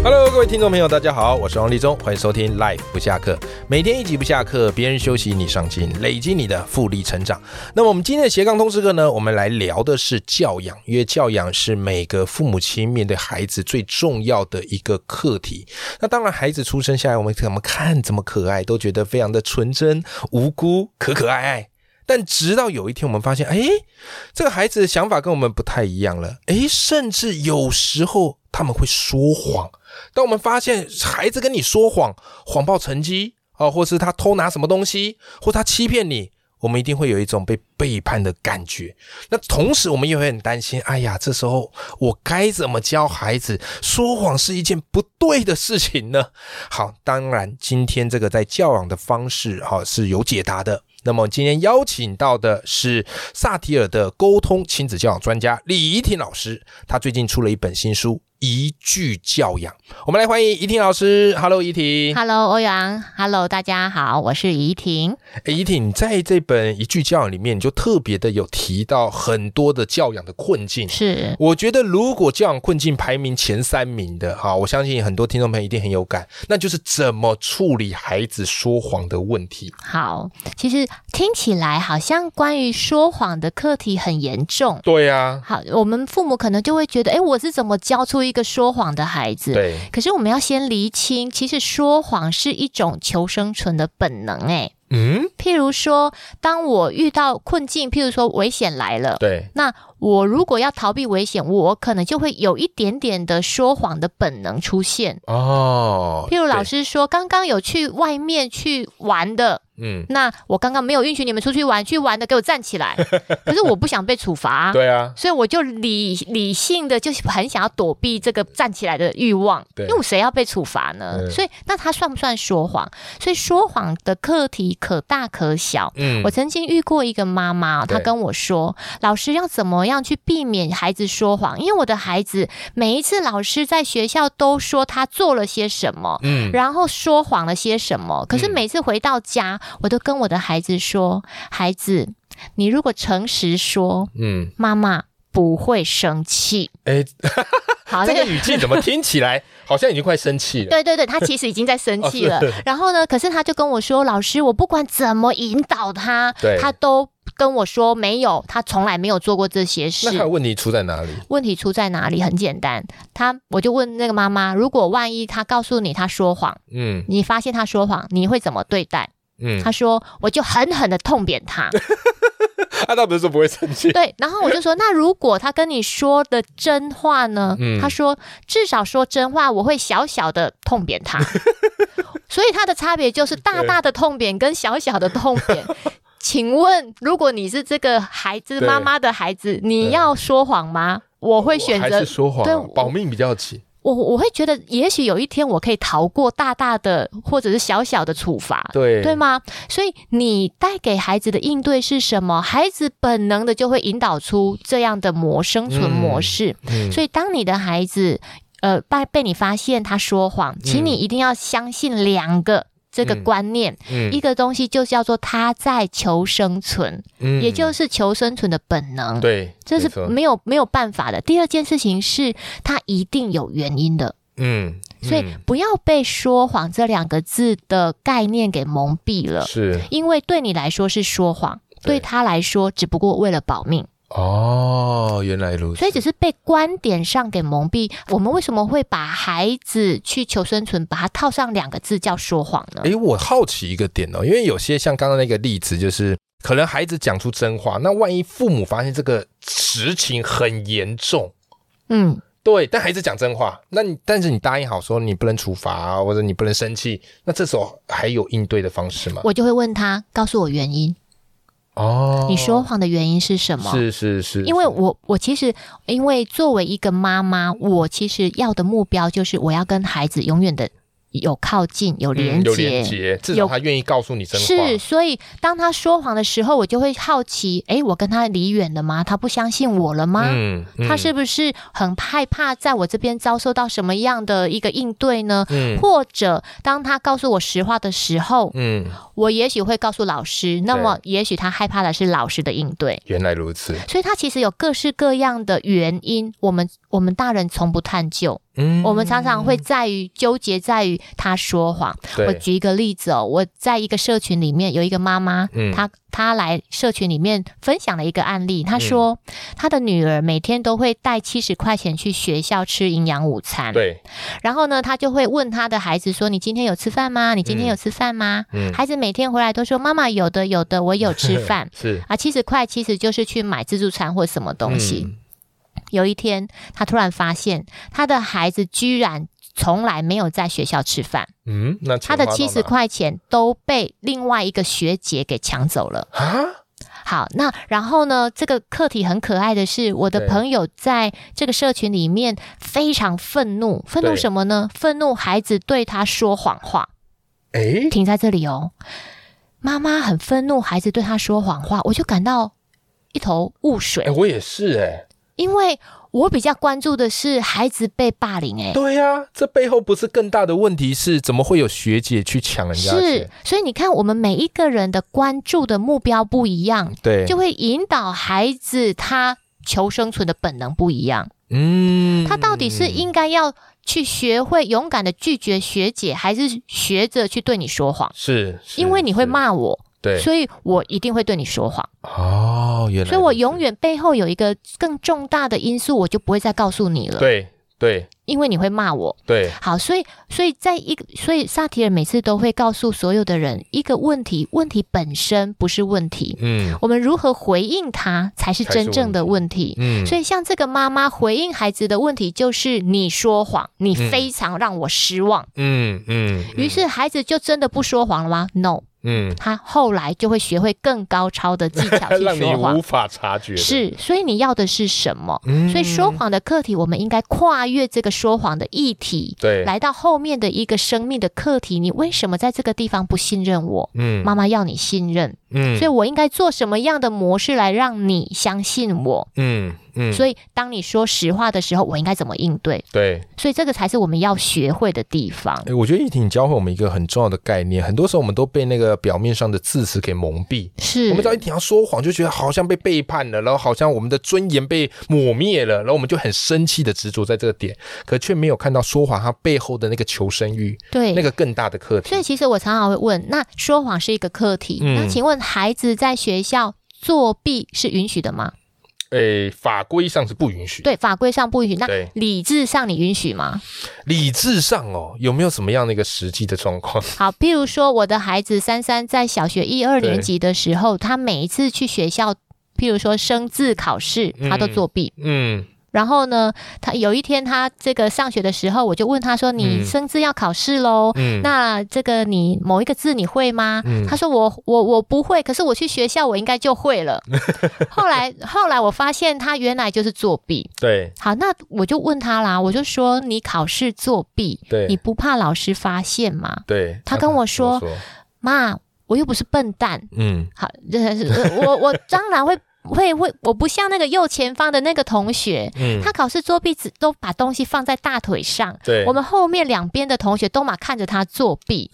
Hello，各位听众朋友，大家好，我是王立中，欢迎收听 Life 不下课，每天一集不下课，别人休息你上进，累积你的复利成长。那么我们今天的斜杠通识课呢，我们来聊的是教养，因为教养是每个父母亲面对孩子最重要的一个课题。那当然，孩子出生下来，我们怎么看怎么可爱，都觉得非常的纯真、无辜、可可爱爱。但直到有一天，我们发现，哎，这个孩子的想法跟我们不太一样了。哎，甚至有时候他们会说谎。当我们发现孩子跟你说谎，谎报成绩哦，或是他偷拿什么东西，或他欺骗你，我们一定会有一种被背叛的感觉。那同时，我们也会很担心，哎呀，这时候我该怎么教孩子？说谎是一件不对的事情呢？好，当然，今天这个在教养的方式，哈、哦，是有解答的。那么今天邀请到的是萨提尔的沟通亲子教养专家李怡婷老师，他最近出了一本新书《一句教养》，我们来欢迎怡婷老师。Hello，怡婷。 Hello，欧阳。Hello，大家好，我是怡婷。哎，怡婷，你在这本《一句教养》里面，你就特别的有提到很多的教养的困境。是，我觉得如果教养困境排名前三名的哈，我相信很多听众朋友一定很有感，那就是怎么处理孩子说谎的问题。好，其实听起来好像关于说谎的课题很严重。对呀、好，我们父母可能就会觉得，哎，我是怎么教出一个说谎的孩子？。对，可是我们要先厘清，其实说谎是一种求生存的本能。哎，嗯，譬如说，当我遇到困境，譬如说危险来了，对，那我如果要逃避危险，我可能就会有一点点的说谎的本能出现。哦，譬如老对，师说，刚刚有去外面去玩的，嗯，那我刚刚没有允许你们出去玩，去玩的给我站起 来。可是我不想被处罚，对啊，所以我就理理性的，就是很想要躲避这个站起来的欲望，对因为我谁要被处罚呢？嗯所以那他算不算说谎？所以说谎的课题可大可小。嗯我，曾经遇过一个妈妈，对她跟我说：“老师要怎么样去避免孩子说谎？因为我的孩子每一次老师在学校都说他做了些什么，嗯，然后说谎了些什么。可是嗯每次回到家，我都跟我的孩子说：‘孩子，你如果诚实说，嗯，妈妈不会 生气。哎，’好，这那个个。”语气怎么听起来 好像已经快生气了？对对对，他其实已经在生哦气是了。然后呢，可是他就跟我说：“老师，我不管怎么引导他，对他都跟我说没有，他从来没有做过这些那他的事。问题出在哪里？问题出在哪里？很简单，他我就问那个妈妈，如果万一他告诉你他说谎，嗯你发现他说谎，你会怎么对待？嗯，他说我就狠狠的痛扁他。他倒不是说不会生气，对，然后我就说，那如果他跟你说的真话呢？嗯他说至少说真话，我会小小的痛扁 他。所以他的差别就是大大的痛扁跟小小的痛扁。请问，如果你是这个孩子对妈妈的孩子，你要说谎吗？我会选还择是说谎对啊我，保命比较紧。我，我会觉得，也许有一天我可以逃过大大的或者是小小的处罚。对对吗？所以你带给孩子的应对是什么？孩子本能的就会引导出这样的模生存模式。嗯所以当你的孩子呃被被你发现他说谎，请你一定要相信两个。这个嗯观念，一嗯个东西就叫做他在求生存，嗯也就是求生存的本能，对，这是没错没有没有办法的。第二件事情是，他一定有原因的，嗯，所以嗯不要被说谎这两个字的概念给蒙蔽了。是因为对你来说是说谎，对对他来说只不过为了保命，哦，原来如此，所以只是被观点上给蒙蔽。我们为什么会把孩子去求生存，把它套上两个字叫说谎呢？诶，我好奇一个点哦，因为有些像刚刚那个例子，就是可能孩子讲出真话，那万一父母发现这个实情很严重，嗯，对，但孩子讲真话，那你但是你答应好说你不能处罚、啊，或者你不能生气，那这时候还有应对的方式吗？我就会问他，告诉我原因，哦，你说谎的原因是什么？是是是，因为是我我其实因为作为一个妈妈，我其实要的目标就是我要跟孩子永远的有靠近，有嗯连有连接。接，至少有他愿意告诉你真话。是，所以当他说谎的时候，我就会好奇：诶，我跟他离远了吗？他不相信我了吗？嗯，嗯他是不是很害怕在我这边遭受到什么样的一个应对呢？嗯或者当他告诉我实话的时候，嗯，我也许会告诉老师，那对么也许他害怕的是老师的应对。原来如此。所以他其实有各式各样的原因，我们我们大人从不探究，嗯，我们常常会在于纠结在于他说谎。我对，举一个例子哦，我在一个社群里面有一个妈妈，嗯她她来社群里面分享了一个案例，她说、嗯她的女儿每天都会带七十块钱去学校吃营养午餐，对，然后呢，她就会问她的孩子说：“你今天有吃饭吗？你今天有吃饭吗？”嗯，。”孩子每天回来都说：“妈妈有的有的，我有吃饭 是啊，七十块其实就是去买自助餐或什么东西。嗯有一天，她突然发现她的孩子居然从来没有在学校吃饭。嗯，那他的七十块钱都被另外一个学姐给抢走了。啊，好，那然后呢？这个课题很可爱的是，我的对朋友在这个社群里面非常愤怒，愤怒对什么呢？愤怒孩子对他说谎话。哎，停在这里哦，妈妈很愤怒，孩子对他说谎话，我就感到一头雾哎，水，我也是哎，因为我比较关注的是孩子被霸凌、哎。对呀、这背后不是更大的问题是，怎么会有学姐去抢人家是钱？，所以你看，我们每一个人的关注的目标不一样，对，就会引导孩子他求生存的本能不一样。嗯他到底是应该要去学会勇敢的拒绝学姐，还是学着去对你说谎？是，是因为你会是骂我，对所以我一定会对你说谎。哦，原来所以我如此永远背后有一个更重大的因素，我就不会再告诉你了，对对因为你会骂我。对，好，所以所以在一个，所以萨提尔每次都会告诉所有的人一个问题：问题本身不是问题，嗯我们如何回应它才是才是真正的问题。嗯，所以以，像这个妈妈回应孩子的问题就是：“你说谎，你非常让我失望。嗯嗯，于是，孩子就真的不说谎了吗？No，嗯，他后来就会学会更高超的技巧去 让你说无谎。法察觉的，是，所以你要的是什么？嗯，所以，说谎的课题，我们应该跨越这个说谎的议题，对，来到后面的一个生命的课题。你为什么在这个地方不信任我？嗯妈妈要你信任，嗯，所以我应该做什么样的模式来让你相信我？嗯嗯，所以以，当你说实话的时候，我应该怎么应对？对，哎所以，这个才是我们要学会的地方。诶我觉得易婷教会我们一个很重要的概念，很多时候我们都被那个表面上的字词给蒙蔽。是我们只要一听到说谎，就觉得好像被背叛了，然后好像我们的尊严被抹灭了，然后我们就很生气的执着在这个点，可却没有看到说谎它背后的那个求生欲，对。那个更大的课题所。以，其实我常常会问：那说谎是一个课题，嗯那请问孩子在学校作弊是允许的吗？诶，法规上是不允许。，对，法规上不允许。那对理智上你允许吗？理智上哦，有没有什么样的一个实际的状 况？好，譬如说，我的孩子珊珊在小学一二对年级的时候，他每一次去学校，譬如说生字考试，他都嗯作弊。嗯，然后呢，他有一天他这个上学的时候，我就问他说：“你嗯生字要考试喽？嗯那这个你某一个字你会吗？”嗯他说我：“我我不会，可是我去学校我应该就 会了。”后来后来我发现他原来就是作弊。对好，那我就问他啦，我就说：“你考试作弊，你对不怕老师发现吗对。他跟我说他跟我说，？”妈，我又不是笨蛋，嗯好，这是呃我我当然会会会，我不像那个右前方的那个同学，嗯，他考试作弊只都把东西放在大腿上。对，我们后面两边的同学都嘛看着他作 弊，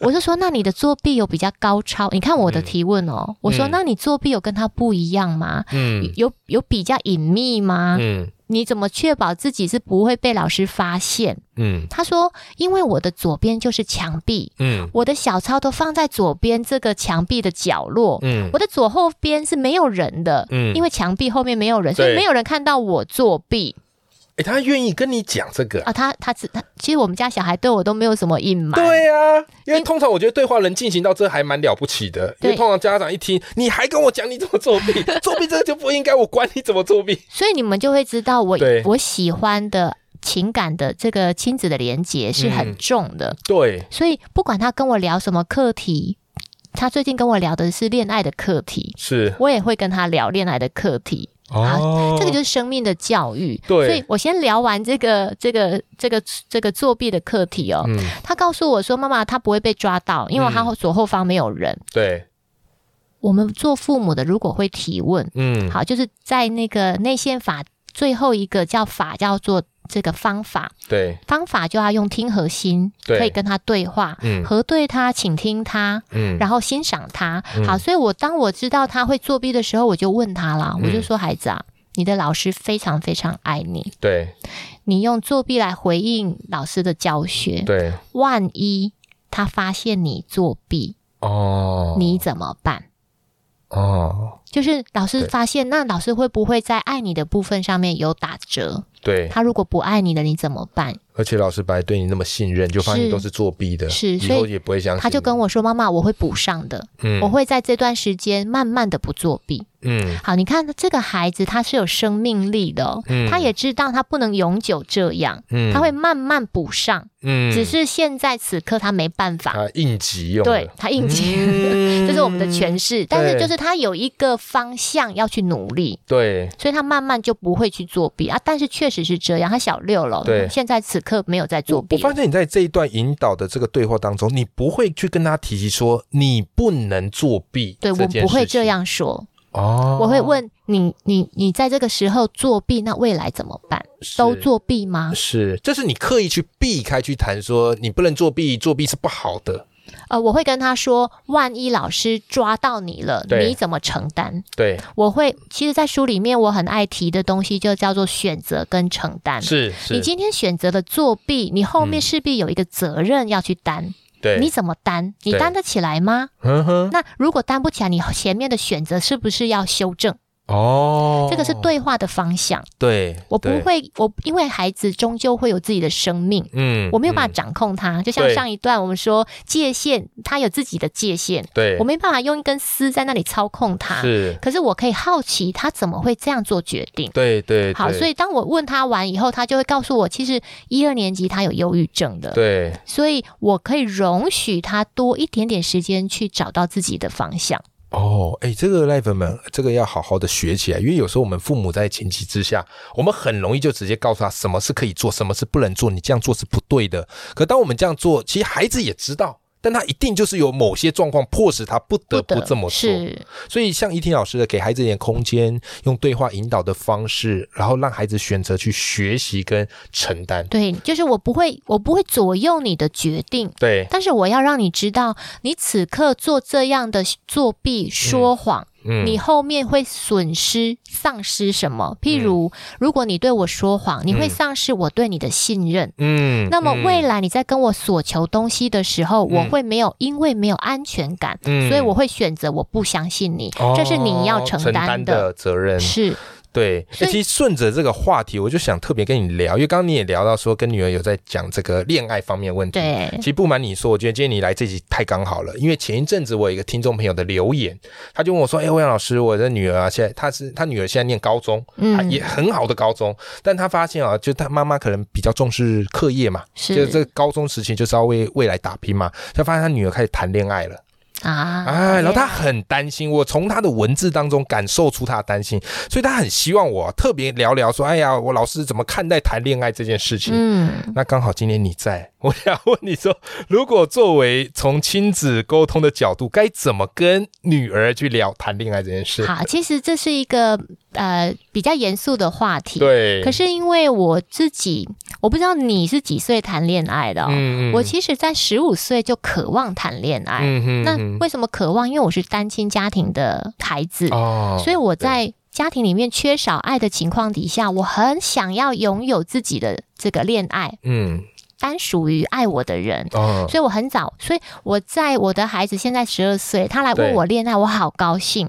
我就说那你的作弊有比较高超？你看我的提问哦，我说嗯那你作弊有跟他不一样吗？嗯有有比较隐秘吗？嗯你怎么确保自己是不会被老师发现？嗯他说因为我的左边就是墙壁，嗯我的小抄都放在左边这个墙壁的角落，嗯我的左后边是没有人的，嗯因为墙壁后面没有人，所以对没有人看到我作弊诶，他愿意跟你讲这个啊，啊。他他只他，其实我们家小孩对我都没有什么隐瞒。对啊，因为因通常我觉得对话能进行到这还蛮了不起的，因对为通常家长一听你还跟我讲你怎么作 弊，作弊这个就不应该，我管你怎么作弊。所以你们就会知道我对我喜欢的情感的这个亲子的连结是很嗯重的，对，所以不管他跟我聊什么课题，他最近跟我聊的是恋爱的课题，是，我也会跟他聊恋爱的课题。哦，这个就是生命的教育。对所以我先聊完这个这个这个这个作弊的课题哦。嗯，他告诉我说：“妈妈，他不会被抓到，因为他嗯左后方没有人。对，我们做父母的，如果会提问，嗯，好，就是在那个内宪法最后一个叫法叫做这个方法，对，方法就要用听核心，对可以跟他对话，嗯核对他，倾听他，嗯，然后欣赏他。嗯好，所以我当我知道他会作弊的时候，我就问他啦，嗯我就说：“孩子啊，你的老师非常非常爱你，对你用作弊来回应老师的教学，对，万一他发现你作弊，哦，你怎么办？”哦，就是老师对发现，那老师会不会在爱你的部分上面有打折？对，他如果不爱你了，你怎么办？而且老师白对你那么信任，就发现是都是作弊的，是以所以后也不会相信。他就跟，我说：“妈妈，我会补上的，嗯，我，会在这段时间慢慢的不作弊。嗯”好，你看这个孩子他是有生命力的哦、嗯，他也知道他不能永久这样，嗯，他会，慢慢补上，嗯，只是现在此刻他没办法，他应急用对 的，他应急。嗯这是我们的诠释，但是对就是他有一个方向要去努力，对，所以他慢慢就不会去作弊啊。但是确实是这样，他小六了，对现在此刻没有在作弊我发现你在这一段引导的这个对话当中，你不会去跟他提及说你不能作弊，对我不会这样说，哦，我会问你，你你在这个时候作弊，那未来怎么办？是都作弊吗？是，这是你刻意去避开去谈说你不能作弊，作弊是不好的，呃，我会跟他说，万一老师抓到你了，对你怎么承担？对，我会，其实，在书里面我很爱提的东西，就叫做选择跟承担。是是，你今天选择了作弊，你后嗯面势必有一个责任要去担，对，你怎么担？你对担得起来吗？嗯哼，那如果担不起来，你前面的选择是不是要修正？哦，这个是对话的方向。对，我不对，会，我因为孩子终究会有自己的生命，嗯我没有嗯办法掌控他。就像对上一段我们说界限，他有自己的界限，对，我没办法用一根丝在那里操控他。是，可是我可以好奇他怎么会这样做决定。对对，好，对所以当我问他完以后，他就会告诉我，其实一二年级他有忧郁症的，对，所以我可以容许他多一点点时间去找到自己的方向。哦，哎，这个 life 们，这个要好好的学起来，因为有时候我们父母在情急之下，我们很容易就直接告诉他什么是可以做，什么是不能做，你这样做是不对的。可当我们这样做，其实孩子也知道。但他一定就是有某些状况迫使他不得不这么做，是所以像依婷老师的，给孩子一点空间，用对话引导的方式，然后让孩子选择去学习跟承担。对，就是我不会，我不会左右你的决定，对，但是我要让你知道，你此刻做这样的作弊、说谎，嗯，你后面会损失、丧失什么？譬如，如果你对我说谎，你会嗯丧失我对你的信任。嗯，那么未了，来你在跟我索求东西的时候，我嗯会没有，因为没有安全感，嗯所以我会选择我不相信你，哦这是你要承承担的。的责任，是对，所欸、以其实顺着这个话题，我就想特别跟你聊，因为刚刚你也聊到说跟女儿有在讲这个恋爱方面的问题。对其，实不瞒你说，我觉得今天你来这集太刚好了，因为前一阵子我有一个听众朋友的留言，他就问我说：“哎、欧阳老师，我的女儿啊，现在她是她女儿现在念高中，她嗯啊也，很好的高中，但她发现啊，就她妈妈可能比较重视课业嘛，就是这个高中时期就是要为未来打拼嘛，她发现她女儿开始谈恋爱了。”啊，哎，然后他很担心，我从他的文字当中感受出他的担心，所以他很希望我特别聊聊说，哎呀，我老师怎么看待谈恋爱这件事情？嗯。那刚好今天你在，我想问你说，如果作为从亲子沟通的角度，该怎么跟女儿去聊谈恋爱这件事？好，其实这是一个呃比较严肃的话题。。对，可是因为我自己，我不知道你是几岁谈恋爱的、哦。嗯我其实，在十五岁就渴望谈恋爱。嗯那嗯为什么渴望？因为我是单亲家庭的孩子，哦，所以我在家庭里面缺少爱的情况底下，我很想要拥有自己的这个恋爱，嗯单属于爱我的人。哦，所以我很早，所以我在我的孩子现在十二岁，他来对问我恋爱，我好 高兴，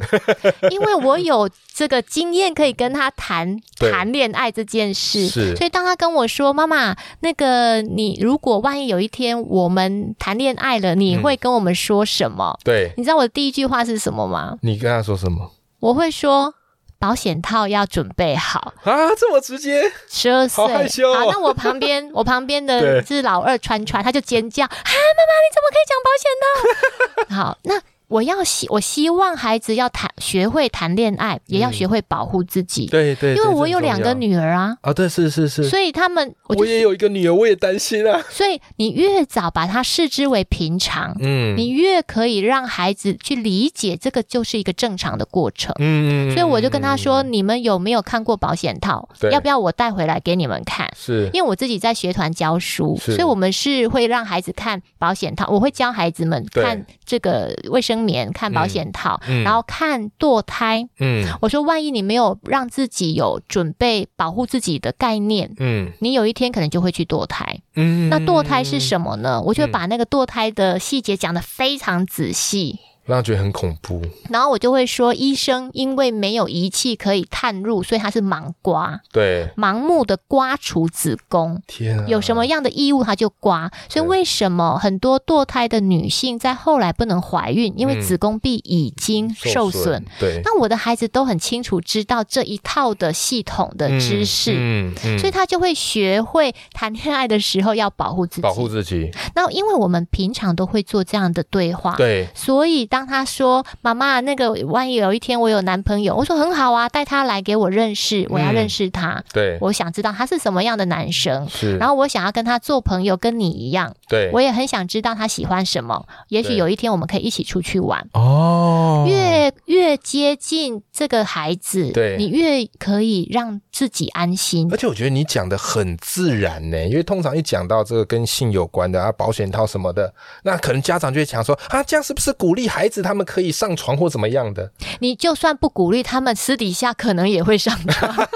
因为我有这个经验可以跟他谈对谈恋爱这件事。是所以当他跟我说：“妈妈，那个你如果万一有一天我们谈恋爱了，你嗯会跟我们说什么？”对，你知道我的第一句话是什么吗？你跟他说什么我会说。保险套要准备好，啊？这么直接？十二岁。好害羞哦好那我旁边， 我旁边的对 是老二川川，他就尖叫：“啊，妈妈，你怎么可以讲保险套？”好，那我要希我希望孩子要谈学会谈恋爱，也要学会保护自己，嗯对对，因为对我有两个女儿啊，啊，对，是是是，所以他们我就我也有一个女儿，我也担心啊。所以你越早把它视之为平常，嗯你越可以让孩子去理解这个就是一个正常的过程。嗯所以我就跟他说：“你们有没有看过保险套对？要不要我带回来给你们看？”是，因为我自己在学团教书，是所以我们是会让孩子看保险套，我会教孩子们对看这个卫生棉、看保险套，嗯然后看堕胎。嗯我说，万一你没有让自己有准备保护自己的概念，嗯你有一天可能就会去堕胎。嗯那堕胎是什么呢？我就会把那个堕胎的细节讲得非常仔细。让他觉得很恐怖。然后我就会说，医生因为没有仪器可以探入，所以他是盲刮，对，盲目的刮除子宫。天啊，有什么样的义务他就刮。所以对为什么很多堕胎的女性在后来不能怀孕，因为嗯子宫壁已经受损？？对，那我的孩子都很清楚知道这一套的系统的知识。嗯嗯所以他就会学会谈恋爱的时候要保护自己。保护自己，那因为我们平常都会做这样的对话，对，所以当他说“妈妈，那个万一有一天我有男朋友”，我说很好啊，带他来给我认识，我要嗯认识他，对，我想知道他是什么样的男生。是，然后后我想要跟他做朋友，跟你一样，对，我也很想知道他喜欢什么。也许对有一天我们可以一起出去玩。哦，越越接近这个孩子，对呃你越可以让自己安心而。且我觉得你讲的很自然呢，因为通常一讲到这个跟性有关的啊，保险套什么的，那可能家长就会想说啊，这样是不是鼓励孩子他们可以上床或怎么样的？你就算不鼓励他们，私底下可能也会上 当。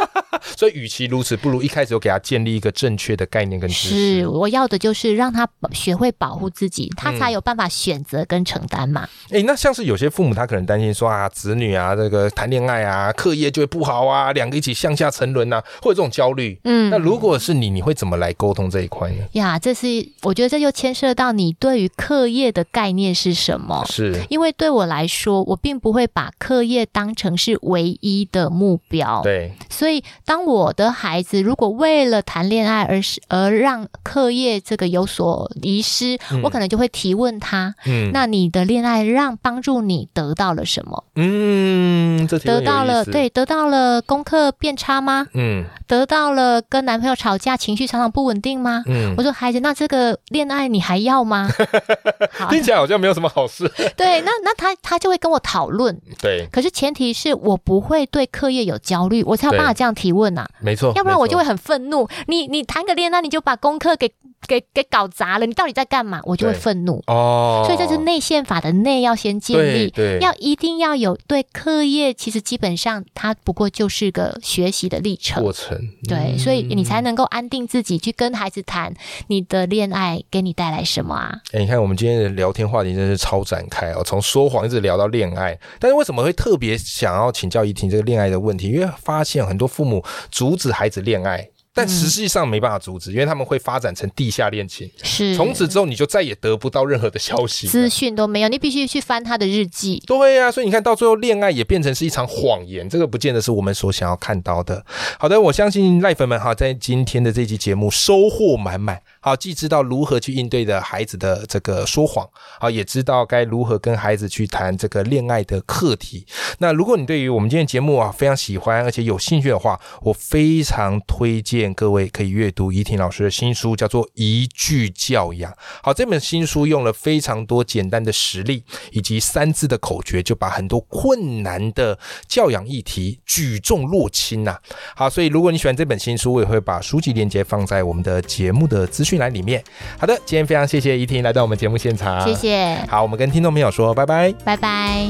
所以，与其如此，不如一开始就给他建立一个正确的概念跟知识。是，我要的就是让他保学会保护自嗯己，他才有办法选择跟承担嘛。诶，那像是有些父母他可能担心说啊，子女啊，这个谈恋爱啊，课业就会不好啊，两个一起向下沉沦啊，会有这种焦虑。嗯那如果是你，你会怎么来沟通这一块呢？呀，这是我觉得这就牵涉到你对于课业的概念是什么。是，因为对我来说，我并不会把课业当成是唯一的目标。对，所以，当我的孩子如果为了谈恋爱而是而让课业这个有所遗失，我可能就会提问他：嗯，那你的恋爱让帮助你得到了什么？嗯，这题得很有到意了思，对，得到了功课变差吗？嗯得到了跟男朋友吵架，情绪常常不稳定吗？嗯我，说孩子，那这个恋爱你还 要吗？好，听起来好像没有什么好事。对，那那他他就会跟我讨论，对，可是前提是我不会对课业有焦虑，我才有对办法这样提问呐、没错，要不然我就没会错很愤怒。你你谈个恋爱你就把功课给给给搞砸了，你到底在干嘛？我就会对愤怒。哦，所以这是内宪法的内要先建对立，对要一定要有对课业，其实基本上它不过就是个学习的历程过。程，对，嗯所以你才能够安定自己，去跟孩子谈你的恋爱给你带来什么啊？哎、你看我们今天的聊天话题真是超展开哦，从说谎一直聊到恋爱。但是为什么会特别想要请教怡婷这个恋爱的问题？因为发现很多父母阻止孩子恋爱，但嗯实际上没办法阻止，因为他们会发展成地下恋情。是从此之后，你就再也得不到任何的消息嗯资了。讯都没有，你必须去翻他的日记。对啊呀、所以你看到最后，恋爱也变成是一场谎言，这个不见得是我们所想要看到的。好的，我相信赖粉们哈，在今天的这期节目收获满满。好，既知道如何去应对的孩子的这个说谎，好，也知道该如何跟孩子去谈这个恋爱的课题。那如果你对于我们今天的节目啊非常喜欢，而且有兴趣的话，我非常推荐各位可以阅读怡婷老师的新书，叫做《一句教养》。好，这本新书用了非常多简单的实例以及三字的口诀，就把很多困难的教养议题举重若轻呐、好，所以如果你喜欢这本新书，我也会把书籍链接放在我们的节目的资讯栏里面。好的，今天非常谢谢怡婷来到我们节目现场，谢。谢，好，我们跟听众朋友说拜拜。拜拜。